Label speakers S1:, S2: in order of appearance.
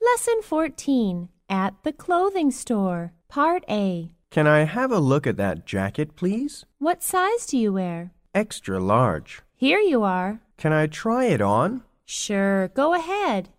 S1: Lesson 14 At the Clothing Store, Part A.
S2: Can I have a look at that jacket, please?
S1: What size do you wear?
S2: Extra large.
S1: Here you are.
S2: Can I try it on?
S1: Sure, go ahead.